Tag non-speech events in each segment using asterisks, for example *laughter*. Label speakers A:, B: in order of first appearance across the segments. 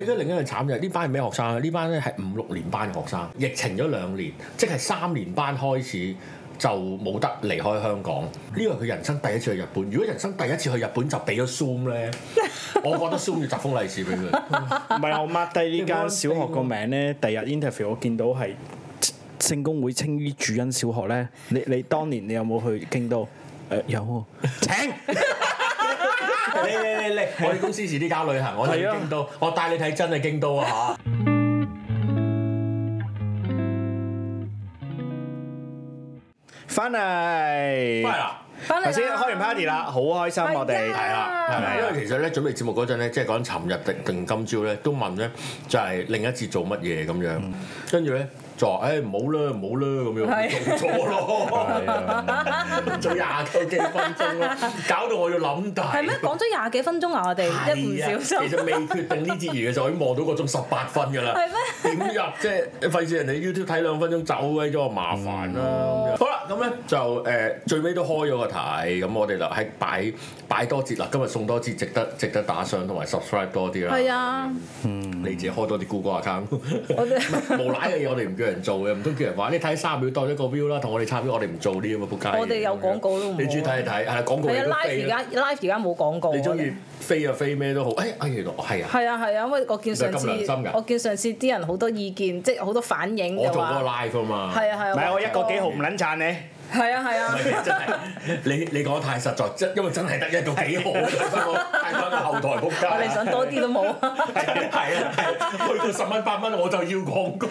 A: 而家另一樣慘就係呢班係咩學生啊？呢班咧係五六年班嘅學生，疫情咗兩年，即係三年班開始就冇得離開香港。呢個係佢人生第一次去日本。如果人生第一次去日本就俾咗 Zoom 咧，我覺得 Zoom 要集封利是俾佢。
B: 唔係啊我 mark 低呢間小學個名咧，第日 interview 我見到係聖公會青衣主恩小學咧。你你當年你有冇去京都？誒、有喎、請
A: 你你你你，我哋公司遲啲搞旅行，我哋去
B: 係啊
A: 京都，我帶你睇真嘅京都啊嚇！翻
B: 翻
A: 嚟
B: 嚟，
A: 啦，
C: 翻嚟
B: 頭先
C: 啦
B: 開完 party 啦，好開心我哋
C: 係啊
A: 係啦，係啦，因為其實咧準備節目嗰陣咧，即係講尋日定定今朝咧，都問咧就係另一節做乜嘢咁樣，跟住咧就話哎誒唔好啦唔好啦咁樣，
C: 係
A: 做咗咯，做廿九幾分鐘啦，搞到我要諗大。
C: 係咩？講咗廿幾分鐘啊！我哋一唔
A: 係啊
C: 小
A: 其
C: 心，
A: 實未決定呢節嘢嘅時候，已經望到個鐘十八分㗎啦。
C: 係咩
A: 點入啫？費事人哋 YouTube 睇兩分鐘走鬼咗，麻煩啦。
C: 嗯
A: 咁樣好啦，咁咧就誒、呃最尾都開咗個題，咁我哋就喺擺擺多節啦。今日送多節，值得值得打賞同埋 subscribe 多啲啦。
C: 係啊，
A: *laughs* 你自己開多啲 Google
C: *laughs*
A: account，
C: 我哋
A: 無賴嘅啊嘢我哋唔叫人做嘅，唔通叫人話你睇三秒當一個 view 啦，同我哋差 view，我哋唔做呢啲咁嘅仆街。
C: 我哋有廣告都唔好啊
A: 你中意睇就睇，係啦廣告
C: 係
A: 你
C: 啊
A: 都
C: ，live
A: 飛
C: 而
A: 啦
C: 家 live 而家冇廣告啊。
A: 你中
C: 我
A: 意
C: 哋
A: 飛就飛咩都好，哎哎原來係啊。
C: 係啊係啊，因為我見上次
A: 原來咁良心㗎
C: 我見上次啲人好多意見，即係好多反應
A: 我
C: 就
A: 做嗰個
C: 話
A: live 啊嘛，
C: 係啊係啊，
B: 唔係我
C: 話
B: 一個幾毫唔撚撐你。
C: 係
A: *laughs*
C: 啊係
A: 唔
C: 啊，
A: 係真係你你講得太實在，真因為真係得一個幾號，太翻個後台仆街。
C: 我哋想多啲都
A: *laughs*
C: 冇。
A: 係啊係，去到十蚊八蚊我就要廣告，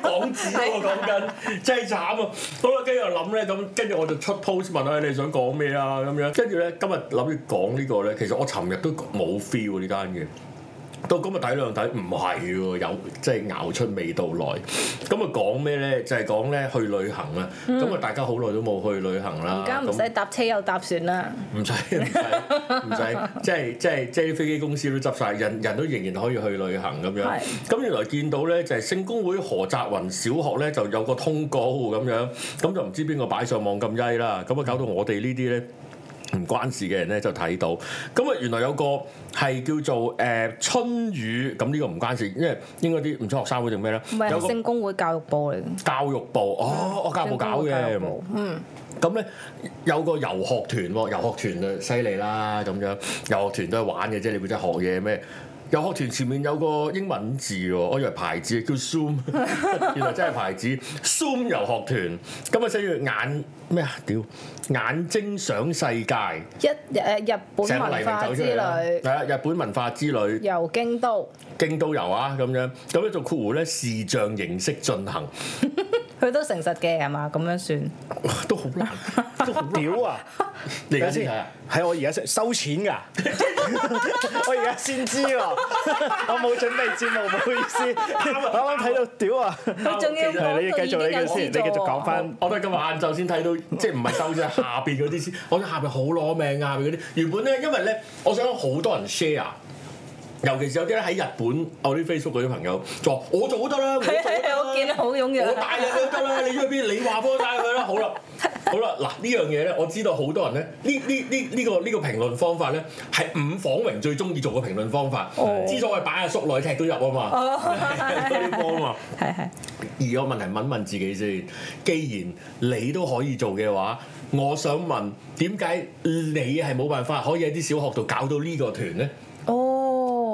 A: 港紙喎講緊，真係慘啊！好啦，跟住我諗咧，咁跟住我就出 post 問下你想講咩啊咁樣，跟住咧今日諗住講呢個咧，其實我尋日都冇 feel 呢間嘅。到今日睇兩睇唔係喎，有即係咬出味道來。咁啊講咩咧？就係講咧去旅行啦。咁啊大家好耐都冇去旅行啦。
C: 而家唔
A: 咁
C: 使搭車又搭船啦，
A: 唔使唔使
C: *laughs*
A: 唔使，即係即係即係啲飛機公司都執晒，人人都仍然可以去旅行咁樣
C: 係。
A: 咁原來見到咧就係、聖公會何澤雲小學咧就有個通告咁樣，咁就唔知邊個擺上網咁曳啦，
C: 嗯
A: 咁啊搞到我哋呢啲咧。唔關事嘅人咧就睇到，咁啊原來有個係叫做誒、呃春雨，咁呢個唔關事，因為應該啲唔知學生會定咩咧，
C: 唔係
A: 有
C: 係
A: 個
C: 聖公會教育部嚟嘅。
A: 教育部，哦，我教育部搞嘅
C: 聖公會教育。部嗯，
A: 咁咧有個遊學團喎，遊學團就犀利啦咁樣，遊學團都係玩嘅啫，你會真係學嘢咩？遊學團前面有個英文字喎，我以為牌子叫
C: *laughs*
A: Zoom，原來真係牌子 Zoom 遊學團，咁啊寫住眼咩啊？屌眼睛想世界，
C: 一誒日本
A: 成個黎
C: 文
A: 明
C: 化
A: 走
C: 之
A: 出嚟啦，
C: 旅
A: 係啊！日本文化之旅
C: 由京都，
A: 京都遊啊咁樣，咁咧做括弧咧視像形式進行，
C: 佢都誠實嘅係嘛？咁樣算
A: 哇都好難，都好難。
B: 屌啊！
A: 你而家
B: *laughs* 等
A: 先
B: 先
A: 睇啊！，
B: 係我而家先收錢㗎，我而家先知喎，我冇準備節目，唔好意思，啱啱睇到屌啊！
C: 佢仲要
A: 其
B: 係你
C: 講到
B: 繼續你嘅先，你繼續講翻。
A: 我都係今日晏晝先
C: *laughs*
A: 睇到，即係唔係收啫，下邊嗰啲先。我覺得下邊好攞命啊，下邊嗰啲原本咧，因為咧，我想好多人 share。尤其是有啲咧喺日本，我啲 Facebook 嗰啲朋友就話我做都得啦，我做
C: *laughs*
A: 都
C: 係
A: 得
C: 係
A: 啦
C: 我見到好踴
A: 我
C: 躍，
A: 帶你都得啦，你去邊？你話幫我帶佢啦。好啦，好
C: *laughs*
A: 啦，嗱呢樣嘢咧，我知道好多人咧，呢呢呢呢個呢、個評論方法咧，係伍晃榮最中意做嘅評論方法。
C: 哦
A: 之所謂擺阿叔內踢都入啊
C: Ờ.
A: 嘛， *laughs* 嗰啲
C: *laughs*
A: 波啊嘛。
C: 係係
A: 而個問題問問自己先，既然你都可以做嘅話，我想問點解你係冇辦法可以喺啲小學度搞到呢個團呢？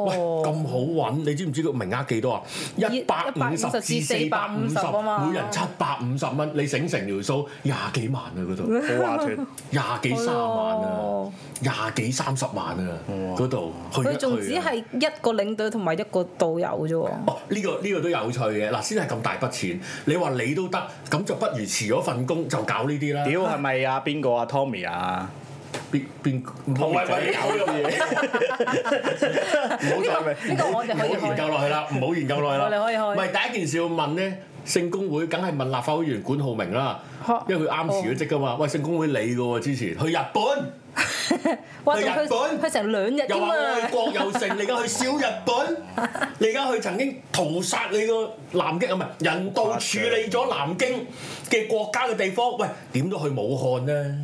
A: 喂，
C: 哦，
A: 咁好揾，你知唔知個名額幾多啊？一百五十
C: 150
A: 至四
C: 至
A: 百五
C: 450
A: 十
C: 啊嘛
A: 每人七百五十蚊，你整成條數廿幾萬啊嗰度，
B: 好話團，
A: 廿幾三十萬啊
C: 哦，
A: 廿幾三十萬啊嗰度，去一
C: 佢仲
A: 去
C: 只
A: 啊
C: 係一個領隊同埋一個導遊啫喎。
A: 哦，呢、個呢、個都有趣嘅。嗱，先係咁大筆錢，你話你都得，咁就不如辭咗份工就搞呢啲啦。
B: 屌係咪啊？邊個啊？Tommy 啊？
A: 邊邊唔好
B: 咪
A: 搞呢啲嘢，唔好再
C: 呢個我哋可以
A: 唔好研
C: 開。
A: 究落去啦，唔好研究落去啦。
C: 我哋可以開
A: 唔係第一件事要問咧，聖公會梗係問立法會議員管浩明啦
C: 嚇，
A: 因為佢啱辭咗職噶嘛。喂，聖公會你嘅喎，之前去日本
C: 哇！仲
A: 去日本
C: 佢佢成兩日
A: 又
C: 㗎
A: 話愛
C: 嘛，
A: 國又剩，你而家去小日
C: *laughs*
A: 本，你而家去曾經屠殺你個南京啊，唔係人道處理咗南京嘅國家嘅地方，喂，點都去武漢咧。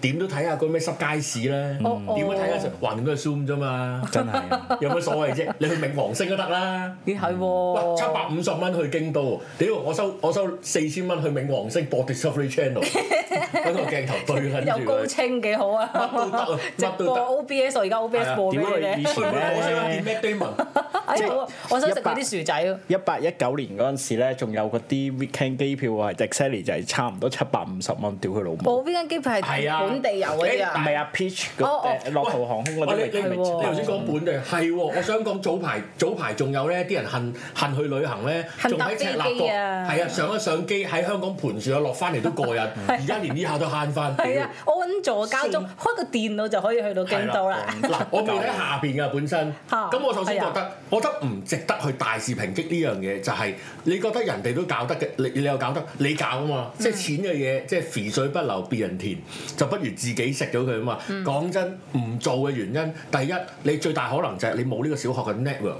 A: 點都睇下嗰咩濕街市咧，
C: 哦哦
A: 點都睇下，橫掂都係 Zoom 啫
C: *laughs*
A: 嘛，
B: 真係
A: 有乜所謂啫？你去冥王星都得啦。
C: 咦係
A: 喂，七
C: 喎，
A: 百五十蚊去京都，屌我收我收四千蚊去冥王星播 Discovery Channel，揾
C: *laughs*
A: 個鏡頭對撚
C: 有
A: 住
C: 高
A: 佢。
C: 清幾好啊！
A: 乜都得啊
C: 直
A: 乜都
C: 播
A: 得
C: OBS，我而家
A: 係
C: OBS
A: 啊
C: 播俾
B: 點解
C: 你
B: 以
C: 咧。
A: 去
B: 前
A: 我想見
B: 咧？
A: Mac Damon，
C: 哎呀我我想食嗰
B: 一百
C: 啲薯仔啊。
B: 一八一九年嗰陣時咧，仲有嗰啲 weekend 機票係 exactly 就係差唔多七百五十蚊，屌佢老母！
C: 我邊間機票
A: 係
C: 係
A: 啊
C: 本地遊嗰啲
B: 唔
C: 啊？
B: 係啊，Peach
C: 哦哦
B: 嗰誒樂途航空嗰啲
A: 喂
B: 咪
A: 你你
B: 咪
A: 你
C: 喎
A: 頭先講本地係喎，我想講早排早排仲有咧，啲人恨恨去旅行咧，
C: 恨
A: 仲
C: 搭
A: 喺赤鱲
C: 飛
A: 角
C: 機啊
A: 係啊，上一上機喺香港盤住啊，落翻嚟都過癮，而家連呢下都慳翻。
C: 係啊，我揾座交通，
A: 送
C: 開個電腦就可以去到京都啦。
A: 嗱， *laughs* 我未喺下邊嘅本身，
C: 嚇
A: 咁我首先
C: 係
A: 覺
C: 啊
A: 得，我覺得唔值得去大肆抨擊呢樣嘢，就係你覺得人哋都搞得嘅，你你又搞得，你搞啊嘛，
C: 嗯
A: 即係錢嘅嘢，即係肥水不流別人田，就不如自己食咗佢啊嘛。
C: 嗯
A: 講真，唔做嘅原因，第一你最大可能就係你冇呢個小學嘅 network。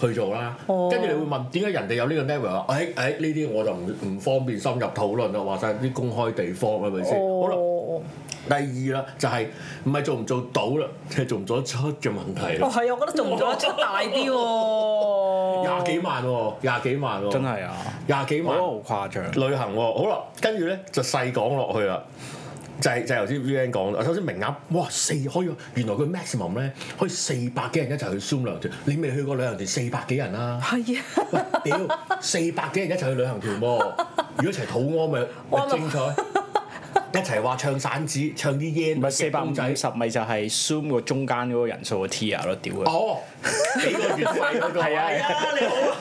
A: 去做啦，
C: 哦
A: 跟住你會問點解人哋有呢個 network 啊？誒誒呢啲我就唔唔方便深入討論啦，話晒啲公開地方啊係咪先？好啦，
C: 哦，
A: 第二啦，就係唔係做唔做到啦，係做唔做得出嘅問題
C: 哦
A: 啦。
C: 係啊，我覺得做唔做得出大啲喎。
A: 廿幾萬喎，廿幾萬喎，
B: 哦真係啊，
A: 廿幾萬
B: 我覺得好誇張。
A: 旅行喎。好啦，跟住咧就細講落去啦。就係就係頭先 V N 講啦，首先名額，哇四可以，原來佢 maximum 咧可以四百幾人一齊去 Zoom 旅行團，你未去過旅行團四百幾人啦、
C: 係啊，
A: *laughs* 喂，屌四百幾人一齊去旅行團喎，如果一齊肚屙咪咪精彩，
B: *laughs*
A: 一齊話唱散紙，唱啲 yen
B: 唔係四百五
A: 仔。
B: 十咪就係 Zoom 個中間嗰個人數個 tier 咯，屌佢！
A: 哦，俾個月費嗰個
B: 係啊係啊
A: 啊，你好啊，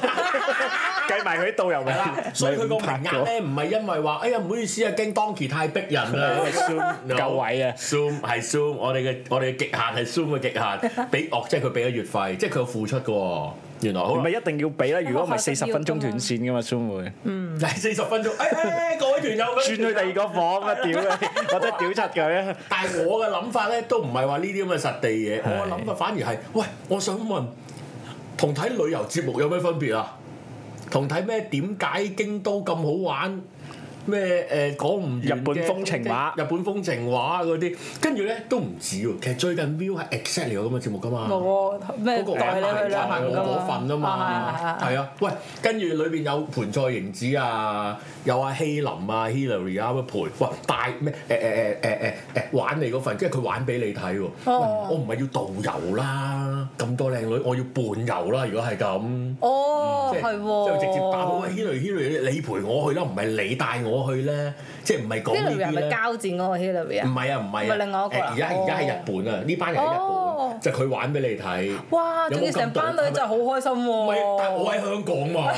B: 計埋佢啲導遊
A: 係啦，所以佢個名額咧唔係因為話，哎呀唔好意思啊，驚當期太逼人啦。
B: *laughs* Zoom 夠位啊！
A: Zoom 係 Zoom，我哋嘅我哋嘅極限係 Zoom 嘅極
B: *laughs*
A: 限，俾哦，即係佢俾咗月費，即係佢有付出嘅喎。原來好
B: 唔
A: 啦，
B: 係一定要俾啦，如果唔係四十分鐘斷線噶嘛，Zoom 會
A: 係四十分鐘，哎誒誒誒，各位團友，
B: 轉去第二個房啊！屌你，
A: *laughs*
B: 或者屌柒佢啊！
A: 但係我嘅諗法咧，都唔係話呢啲咁嘅實地嘢，我嘅諗法反而係，喂，我想問，同睇旅遊節目有咩分別啊？同睇咩點解京都咁好玩？咩誒講唔完嘅
B: 日本風情畫
A: 日本風情畫嗰啲，跟住咧都唔止喎。其實最近 View 係 exactly 有咁嘅節目噶嘛。
C: 我
A: 嗰
C: 咩
A: 個
C: 代你去旅
A: 加埋
C: 行
A: 我
C: 㗎
A: 嗰份啊嘛，
C: 係
A: 係啊，喂，跟住裏邊有盤菜瑩子啊，有阿希林啊、Hillary 啊咁樣陪，喂，大咩誒誒誒誒誒誒玩你嗰份，即係佢玩俾你睇喎。喂
C: 哦
A: 我唔係要導遊啦，咁多靚女，我要伴遊啦。如果係咁，
C: 哦
A: 即
C: 係
A: 即係直接打喂
C: 喎。
A: Hillary Hillary，你陪我去啦，唔係你帶我去咧，即係唔係講
C: Hillary 係
A: 呢啲
C: 咪
A: 咧？
C: 交戰嗰個 Hillary
A: 唔
C: 啊？
A: 係啊，唔係啊，
C: 咪另外一個
A: 誒
C: 啊
A: 而家而家喺日本啊，呢班人喺日
C: 哦
A: 本，就佢玩俾你睇。
C: 哇！仲要成班女真係好開心
A: 唔係，但我
C: 喎，
A: 喺香港
C: *laughs*
A: 嘛，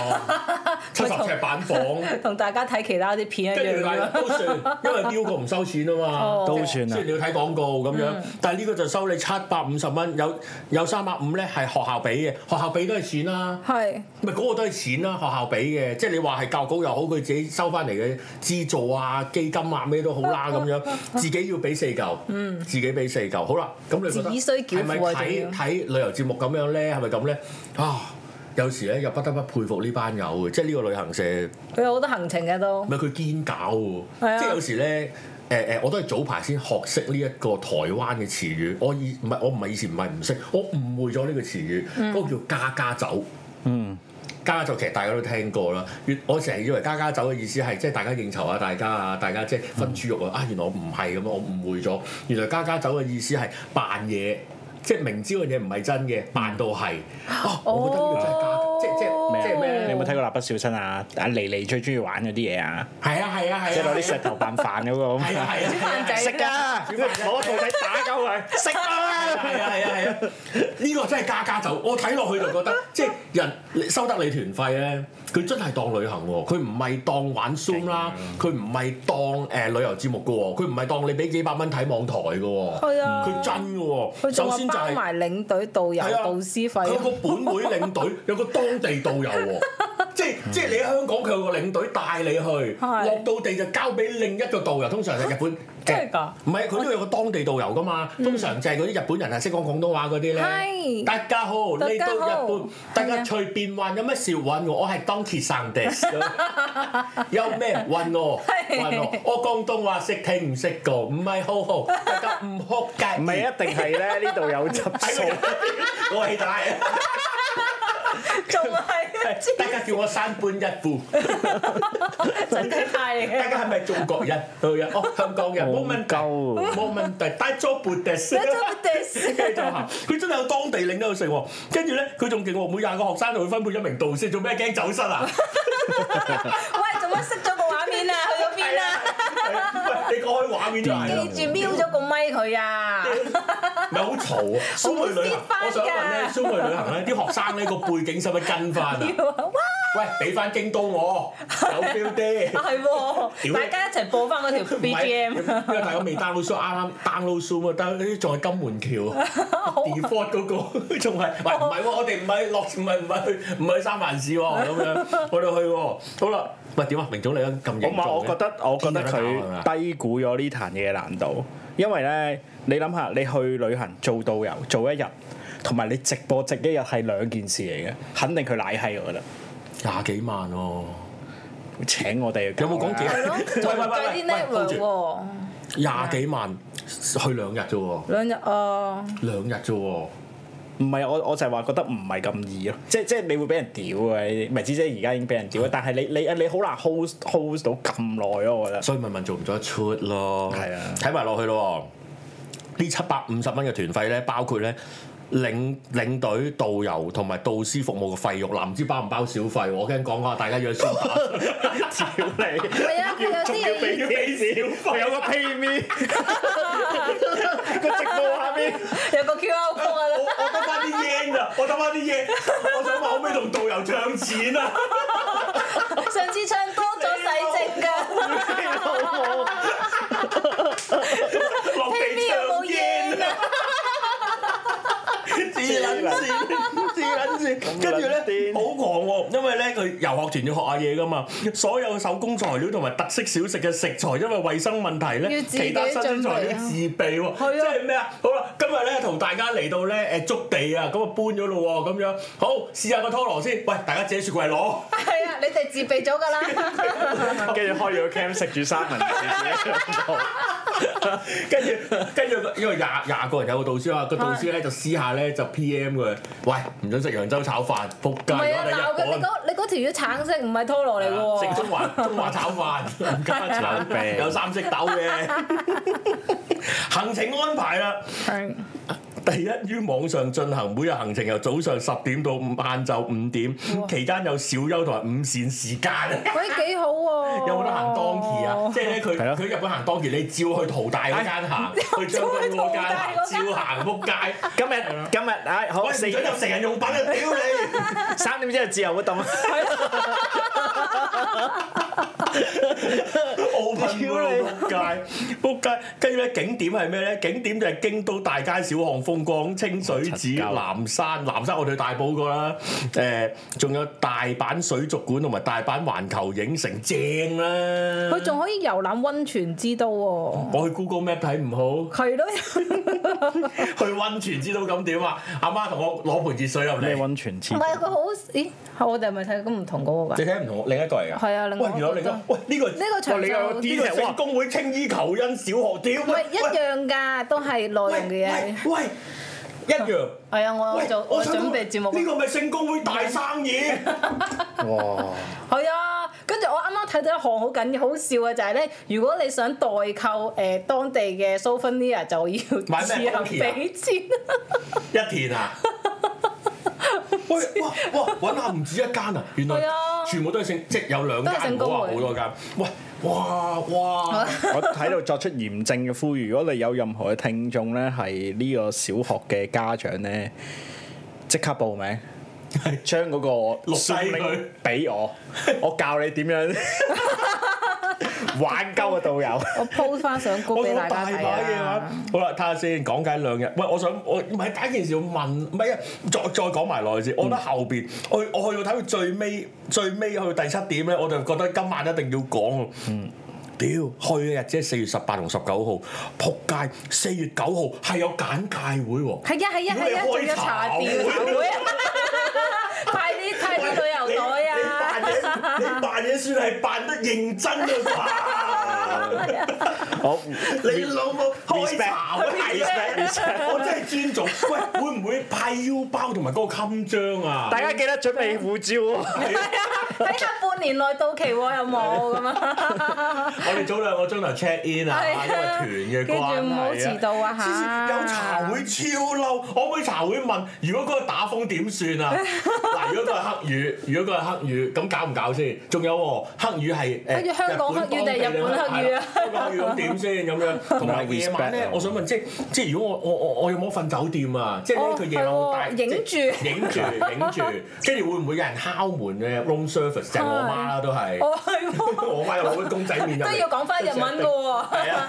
A: 七十尺板房，
C: 同大家睇其他啲片一
A: 跟住
C: 樣
A: 但
C: 咁
A: 係都算，因為 U 個唔收錢啊嘛
C: 哦。嗯
B: 都算啊
A: 雖然！你要睇廣告咁樣，但係呢個就收你七百五十蚊，有有三百五咧係學校俾嘅，學校俾都係錢啦，
C: 係
A: 咪嗰個都係錢啦，學校俾嘅，即係你話係教育局又好，佢自己收翻嚟嘅資助啊、基金啊咩都好
C: *laughs*
A: 啦咁樣，自己要俾四嚿，自己俾四嚿，好啦，咁你覺得
C: 只嗯需繳
A: 係咪
C: 付啊仲要
A: 睇睇旅遊節目咁樣咧？係咪咁咧？啊，有時咧又不得不佩服呢班友嘅，即係呢個旅行社。
C: 佢有好多行程嘅都
A: 唔。係佢堅搞喎，
C: 係啊
A: 即係有時咧，誒、誒，我都係早排先學識呢一個台灣嘅詞語。我以唔係我唔係以前唔係唔識，我誤會咗呢個詞語，嗰、個叫家家酒。
B: 嗯，
A: 家家酒其實大家都聽過啦。越我成日以為家家酒嘅意思係即係大家應酬啊，大家啊，大家即係分豬
B: 嗯
A: 肉啊。啊，原來我唔係咁啊，我誤會咗。原來家家酒嘅意思係扮嘢。即係明知嗰樣嘢唔係真
B: 嗯
A: 嘅，扮到係。哦，我覺得呢個真係家，即係即係即係咩
B: 你
A: 咧
B: 有？冇睇過蠟筆小新啊？阿妮妮最中意玩嗰啲嘢啊，
A: 係啊係啊係啊！
B: 即係攞啲石頭扮飯嗰個咁。 *laughs*
A: 係啊係啊
C: 煮
A: 係啊
C: 飯仔
B: 食㗎，攞個兔仔打鳩佢，食啊！
A: 係啊係啊係啊！呢個真係家家酒，我睇落去就
C: *laughs*
A: 覺得，即係人你收得你團費咧，佢真係當旅行喎，佢唔係當玩 Zoom 啦，
C: 啊
A: 佢唔係當誒、呃旅遊節目嘅喎，佢唔係當你俾幾百蚊睇網台嘅喎，
C: 係啊，
A: 佢真嘅
C: 佢
A: 喎。首
C: 仲話
A: 先就
C: 包
A: 係、
C: 埋領隊、導遊、
A: 係啊
C: 導師
A: 佢有
C: 費。 *laughs*
A: 個本會領隊，有個當地導遊喎，即係即係你喺香港佢有個領隊帶你去，
C: 係
A: 落到地就交俾另一個導遊，通常係日本
C: 真係㗎
A: 唔係佢都有個當地導遊㗎嘛，通常就係嗰啲日本人係識講廣東話嗰啲咧。
C: 係
A: 大家好，
C: 大
A: 呢
C: 家
A: 度
C: 好
A: 日本，大
C: 係
A: 家
C: 啊
A: 隨便揾有咩事揾我，我係當其生的，
C: *laughs*
A: 有咩揾我
C: 係
A: 揾我，我廣東話識聽唔識講，唔係好好，大家唔好介
B: 唔係
A: 意。
B: 一定係咧，呢度有執
A: 喺
B: 數
A: 個。我係
C: *laughs*
A: 大，
C: 仲係
A: 係大家叫我山本一夫。
C: 真係太嚟
A: 大
C: 嘅。
A: 家係咪中國
C: *laughs*
A: 人？對啊，哦，香港人冇問題，
B: 戇鳩
A: 冇問題，帶咗半隻先
C: 大丈 *laughs* 夫です
A: 跟住就行，佢真係有當地領到佢食喎。跟住咧，佢仲勁喎，每廿個學生就會分配一名導師，做咩驚走失啊？
C: 喂，做乜熄咗個
A: *laughs*
C: 畫面啊？去咗邊啊？
A: 係啊？喂，你講開畫面就係啊啦
C: 記。住瞄咗個咪
A: *laughs*
C: 佢啊！
A: 咪好嘈啊！蘇梅旅行
C: 好，
A: 我
C: 好
A: 想
C: 先
A: 問咧，
C: 返㗎
A: 蘇梅旅行咧，啲學生咧個背景使唔使跟翻啊？
C: 要啊！哇，
A: 喂，俾翻京都我，有 feel 啲。
C: 係
A: 屌
C: 喎，大家一齊播翻嗰條
A: 唔係因
C: BGM，
A: 為大家未 download Zoom，啱啱 download Zoom 啊，但係仲係金
C: *laughs*
A: 門橋 *laughs* default 嗰個仲係，喂
C: 啊
A: 唔係喎，我哋唔係落唔係唔係去唔係去三藩
C: *laughs*
A: 市喎咁樣，我哋去喎，好啦，喂點啊，明總你咁形
B: 我唔係
A: 狀
B: 我覺得我覺得
A: 天有得打
B: 佢低估咗呢壇嘢嘅難度，因為咧你諗下，你去旅行做導遊做一日，同埋你直播直一日係兩件事嚟嘅，肯定佢奶閪我覺得。
A: 係嘛廿幾萬喎，
B: 請我哋
A: 有冇講幾
C: 係咯，
A: 喂
C: *laughs*
A: 喂
C: 仲
A: 喂
C: 計
A: 喂
C: 啲
A: 喂，hold
C: network
A: 住
C: 喎，
A: 廿幾萬去兩日啫喎，
C: 兩日啊，
A: 兩日啫喎，
B: 唔係我我就係話覺得唔係咁易咯，即即係你會俾人屌嘅呢啲，唔係只姐而家已經俾人屌，啊但係你你你好難 hold hold 到咁耐咯，
A: *laughs*
B: 我覺得。
A: 所以咪問做唔做得出咯，
B: 係啊
A: 睇埋落去咯喎，呢七百五十蚊嘅團費咧，包括咧。領領隊、導遊同埋導師服務嘅費用，嗱唔知包唔包小費喎？我驚講下大家約先打，
B: 屌你！
C: 係啊，佢有啲嘢
A: 要俾小
B: 我
A: 費，
B: 有個 PayMe 個直播下邊。
C: 有個 QR code 啊
A: 我 *laughs* 我得翻啲 yen 啊，我得翻啲 yen，我想話可唔可以同導遊唱錢啊？
C: 上次唱多咗洗淨㗎，
A: 落地
C: 邊有
A: 唱
C: 冇嘢
A: yen 啊！
C: 㗎？
A: *laughs* 自撚線，自撚線。跟住咧
B: 癲
A: 好狂喎，因為咧佢遊學團要學下嘢噶嘛，所有手工材料同埋特色小食嘅食材，因為衞生問題
C: 要
A: 咧，
C: 自己
A: 其他新鮮材料要自備喎。
C: 準備啊
A: 即係咩啊？好啦，今日咧同大家嚟到咧誒築地啊，咁啊搬咗咯喎，咁樣好試下個拖羅先。喂，大家自己雪櫃攞。
C: 係啊，你哋自備咗
A: *laughs*
C: 㗎啦，
B: *laughs* 跟住開住個 cam 食住三文治自己喺度
A: *laughs* 跟住跟住，因為廿廿個人有個導師啊，個導師咧就私下咧就 P.M. 佢，喂唔准食揚州炒飯，仆街！
C: 唔係啊，鬧
A: 我哋
C: 佢
A: 日
C: 你
A: 本。啊
C: 嗰你嗰條魚橙色唔係拖羅嚟㗎
A: 食
C: 喎，
A: 中華中華炒飯，加
C: *laughs*
B: 有
A: 產
B: 病
A: 有三色豆嘅行程安排啦。
C: 係
A: 第一於網上進行，每日行程由早上十點到午晏晝五點，期間有小休同埋午膳時間。
C: 喂幾好
A: *laughs*
C: 喎，
A: 有冇得行當期
C: 哦
A: 啊？即係咧，佢
B: 係咯
A: 佢日本行當期，你照去淘大嗰間
C: 哎
A: 行，去將軍嗰間行，
C: 照去
A: 照
C: 淘大嗰間
A: 行
C: *laughs*
A: 撲街。
B: 今日今日唉，好
A: 啊喂，
B: 四
A: 唔准入成人用品啊！屌你！
B: 三點之後自由活動，啊
A: 奧運
B: 屌
A: 喎
B: 你
A: 仆街，仆街。跟住咧景點係咩咧？景點就係京都大街小巷風光、清水寺、
B: 柒鳩
A: 南山。南山我哋去大埔過啦。誒、仲有大阪水族館同埋大阪環球影城，正啦。
C: 佢仲可以遊覽温泉之都喎，
A: 我去 Google Map 睇唔
C: 係咯，
A: 好，去温泉知道咁點啊？阿媽同我攞盆熱水入
B: 咩
A: 嚟。
B: 温泉池
C: 唔？係佢好，咦，係我哋係咪睇咁唔同嗰個
A: 你
C: 㗎？
A: 睇唔同我另一個嚟㗎，
C: 係啊另
A: 喂
C: 外，一
A: 原
C: 個
A: 來另一個，喂哦呢個
C: 呢個場
B: 哇你有
C: 就
A: 呢
B: 啲
A: 個聖公會青衣求恩小學，屌
C: 唔係一樣㗎，都係內容
A: 喂
C: 嘅嘢。
A: 喂喂一樣。
C: 係啊，我有
A: 喂
C: 做我
A: 想
C: 準
A: 講
C: 備節目。啊
A: 呢個咪聖公會大
C: *laughs*
A: 生意，
B: 哇！
C: 係啊，跟住我啱啱睇到一項好緊要、好笑啊嘅就係咧，如果你想代購誒、呃、當地嘅 souvenir 就要
A: 買
C: 自
A: 咩
C: 行
A: Donkey 啊
C: 俾錢。 *laughs*
A: 一田啊！喂，哇哇，揾下唔止一間啊！原來
C: 係啊
A: 全部都係聖，即係有兩
C: 都係
A: 間，
C: 聖
A: 唔好
C: 公
A: 話好
C: 會
A: 多間。喂，哇
C: *laughs*
A: 哇！
B: 我喺度作出嚴正嘅呼籲，如果你有任何嘅聽眾咧，係呢個小學嘅家長咧，即刻報名，將嗰個
A: 錄低佢 *laughs*
B: Zoom link 俾我，我教你點樣玩鳩嘅導遊。
C: 我 post 翻上高
A: 我
C: 俾
A: 講
C: 大
A: 大
C: 家
A: 把
C: 睇
A: 嘢玩
C: 啊！，
A: 好啦，睇下先，講解兩日。喂，我想我唔係第一件事要問，唔係啊，再再講埋落去
C: 嗯
A: 先。我覺得後邊，我我去到睇到最尾，最尾去到第七點咧，我就覺得今晚一定要講。嗯。屌，去嘅日子係四月十八同十九號，仆街！四月九號係有簡介會喎。
C: 係啊係啊係啊，
A: 如果
C: 仲
A: 你
C: 有
A: 開
C: 茶
A: 茶
C: 調查會啊！ *laughs* 快啲快啲旅遊袋啊！
A: 你你扮嘢，你扮嘢算係扮得認真
C: *laughs*
A: 啊啩！
B: 我
A: *laughs* 你老母開茶會係啊！我真係尊重。喂，會唔會派 U 包同埋嗰個襟章啊？
B: 大家記得準備護照喎。
C: *laughs* 睇下半年內到期喎有冇咁啊？
A: 我哋早兩個鐘頭 check in 啊，
C: 係啊
A: 因為團嘅關係啊
C: 記住唔好遲到啊嚇
A: 黐線有茶會超嬲，我可唔可以茶會問，如果嗰個打風點算
C: *laughs*
A: 啊？嗱，如果嗰個係黑雨，如果嗰個係黑雨，咁搞唔搞先？仲有喎，黑雨係
C: 跟住
A: 誒
C: 香港
A: 日本
C: 黑雨定係日本黑雨啊
A: 當地香港黑雨咁點先咁樣？同埋夜晚咧
B: respect，啊
A: 我想問，即即如果我我我我有冇得瞓酒店啊？即咧
C: 哦
A: 佢夜晚好大
C: 係喎影住
A: 即影住影住，跟住會唔會有人敲門咧？room service 就係我媽啦，都係。
C: 我係喎，
A: *laughs* 我媽又攞啲公仔面入嚟
C: 哦都要講翻日文嘅喎。
A: *laughs* 係啊，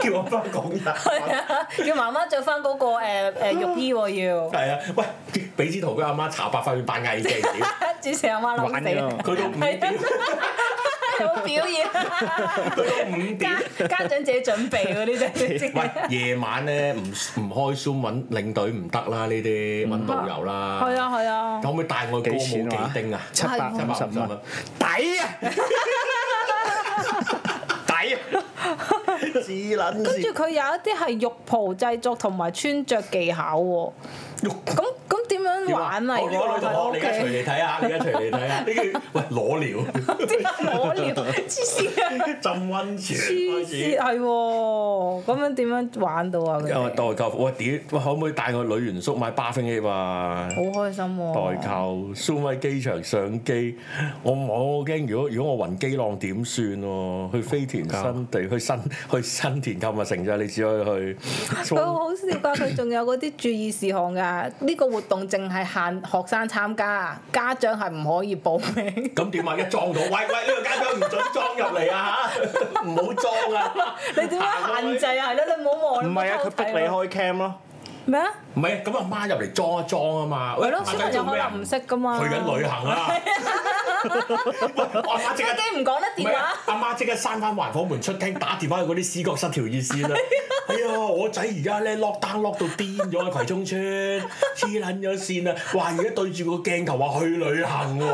A: 叫我翻講
C: 係
A: 嘢。
C: 啊，叫媽媽着翻嗰個誒誒浴衣
A: *laughs*
C: 喎要。
A: 係啊，喂，俾支圖佢阿媽查白塊面扮藝妓，屌
C: 主持人話嬲
B: 玩㗎
C: 死，
A: 佢到五點，
C: *laughs* 有表演，
A: 佢到五點。
C: 家家長自己準備嗰啲
A: 喂
C: 啫。，
A: 夜晚咧唔唔開 Zoom 揾領隊唔得啦，呢啲揾導遊啦。
C: 係啊係啊，
A: 可唔可以帶我去歌舞幾丁啊？
B: 七百
A: 七
B: 五
A: 百
B: 十
A: 五十
B: 蚊
A: 蚊，，
B: 抵
A: *laughs*
B: 啊！抵啊！
A: 自撚
C: 跟住
A: 線。
C: 佢有一啲係浴袍製作同埋穿着技巧喎。咁咁點樣玩啊？
A: 我
C: 如
A: 我
C: 果
A: 女同學，你而家隨嚟
C: 喺
A: 睇下，你而家隨嚟
C: *laughs*
A: 睇下，啊呢個喂裸聊， *laughs*
C: 屋企， *laughs* 點解我尿黐線啊！
A: 浸温泉
C: 黐
A: 開始
C: 線。係喎，咁樣點樣玩到啊？佢
A: 啊代
C: 哋
A: 購，喂屌，喂可唔可以帶個女元宿買巴芬 A 啊？
C: 好開心喎！
A: 代購，蘇喺機場上機，我我驚如果如果我暈機浪點算喎？去飛田新
C: 哦
A: 地，去新去新田購物城咋？你只可以去。
C: *laughs* 佢好好笑㗎，佢仲有嗰啲注意事項㗎。呢個活動淨係限學生參加，家長係唔可以報
A: *laughs*
C: 名。
A: 咁點啊？一裝到，喂喂，呢個家長唔準裝入嚟啊
C: *laughs*
A: 嚇！唔好裝啊！
C: 你點樣限制啊？係咯，你唔好望。
B: 唔係啊，佢逼你開 cam 咯。
C: 咩啊？
A: 唔係，咁阿媽入嚟裝一裝啊嘛。喂
C: 係咯，
A: 阿
C: 小
A: 仔
C: 朋友
A: 做
C: 可
A: 咩啊
C: 能唔識㗎嘛。
A: 去緊旅行
C: *laughs*
A: 啊！喂，我阿媽即刻
C: 手。機唔講得
A: 唔
C: 電
A: 係
C: 話
A: 啊。阿媽即刻閂翻環房門出廳，打電話去嗰啲思覺失調熱線
C: *laughs* 啊
A: 啦。哎呀，我仔而家咧 lock down lock 到癲咗喺葵涌村，黐撚咗線啊！哇，而家對住個鏡頭話去旅行喎，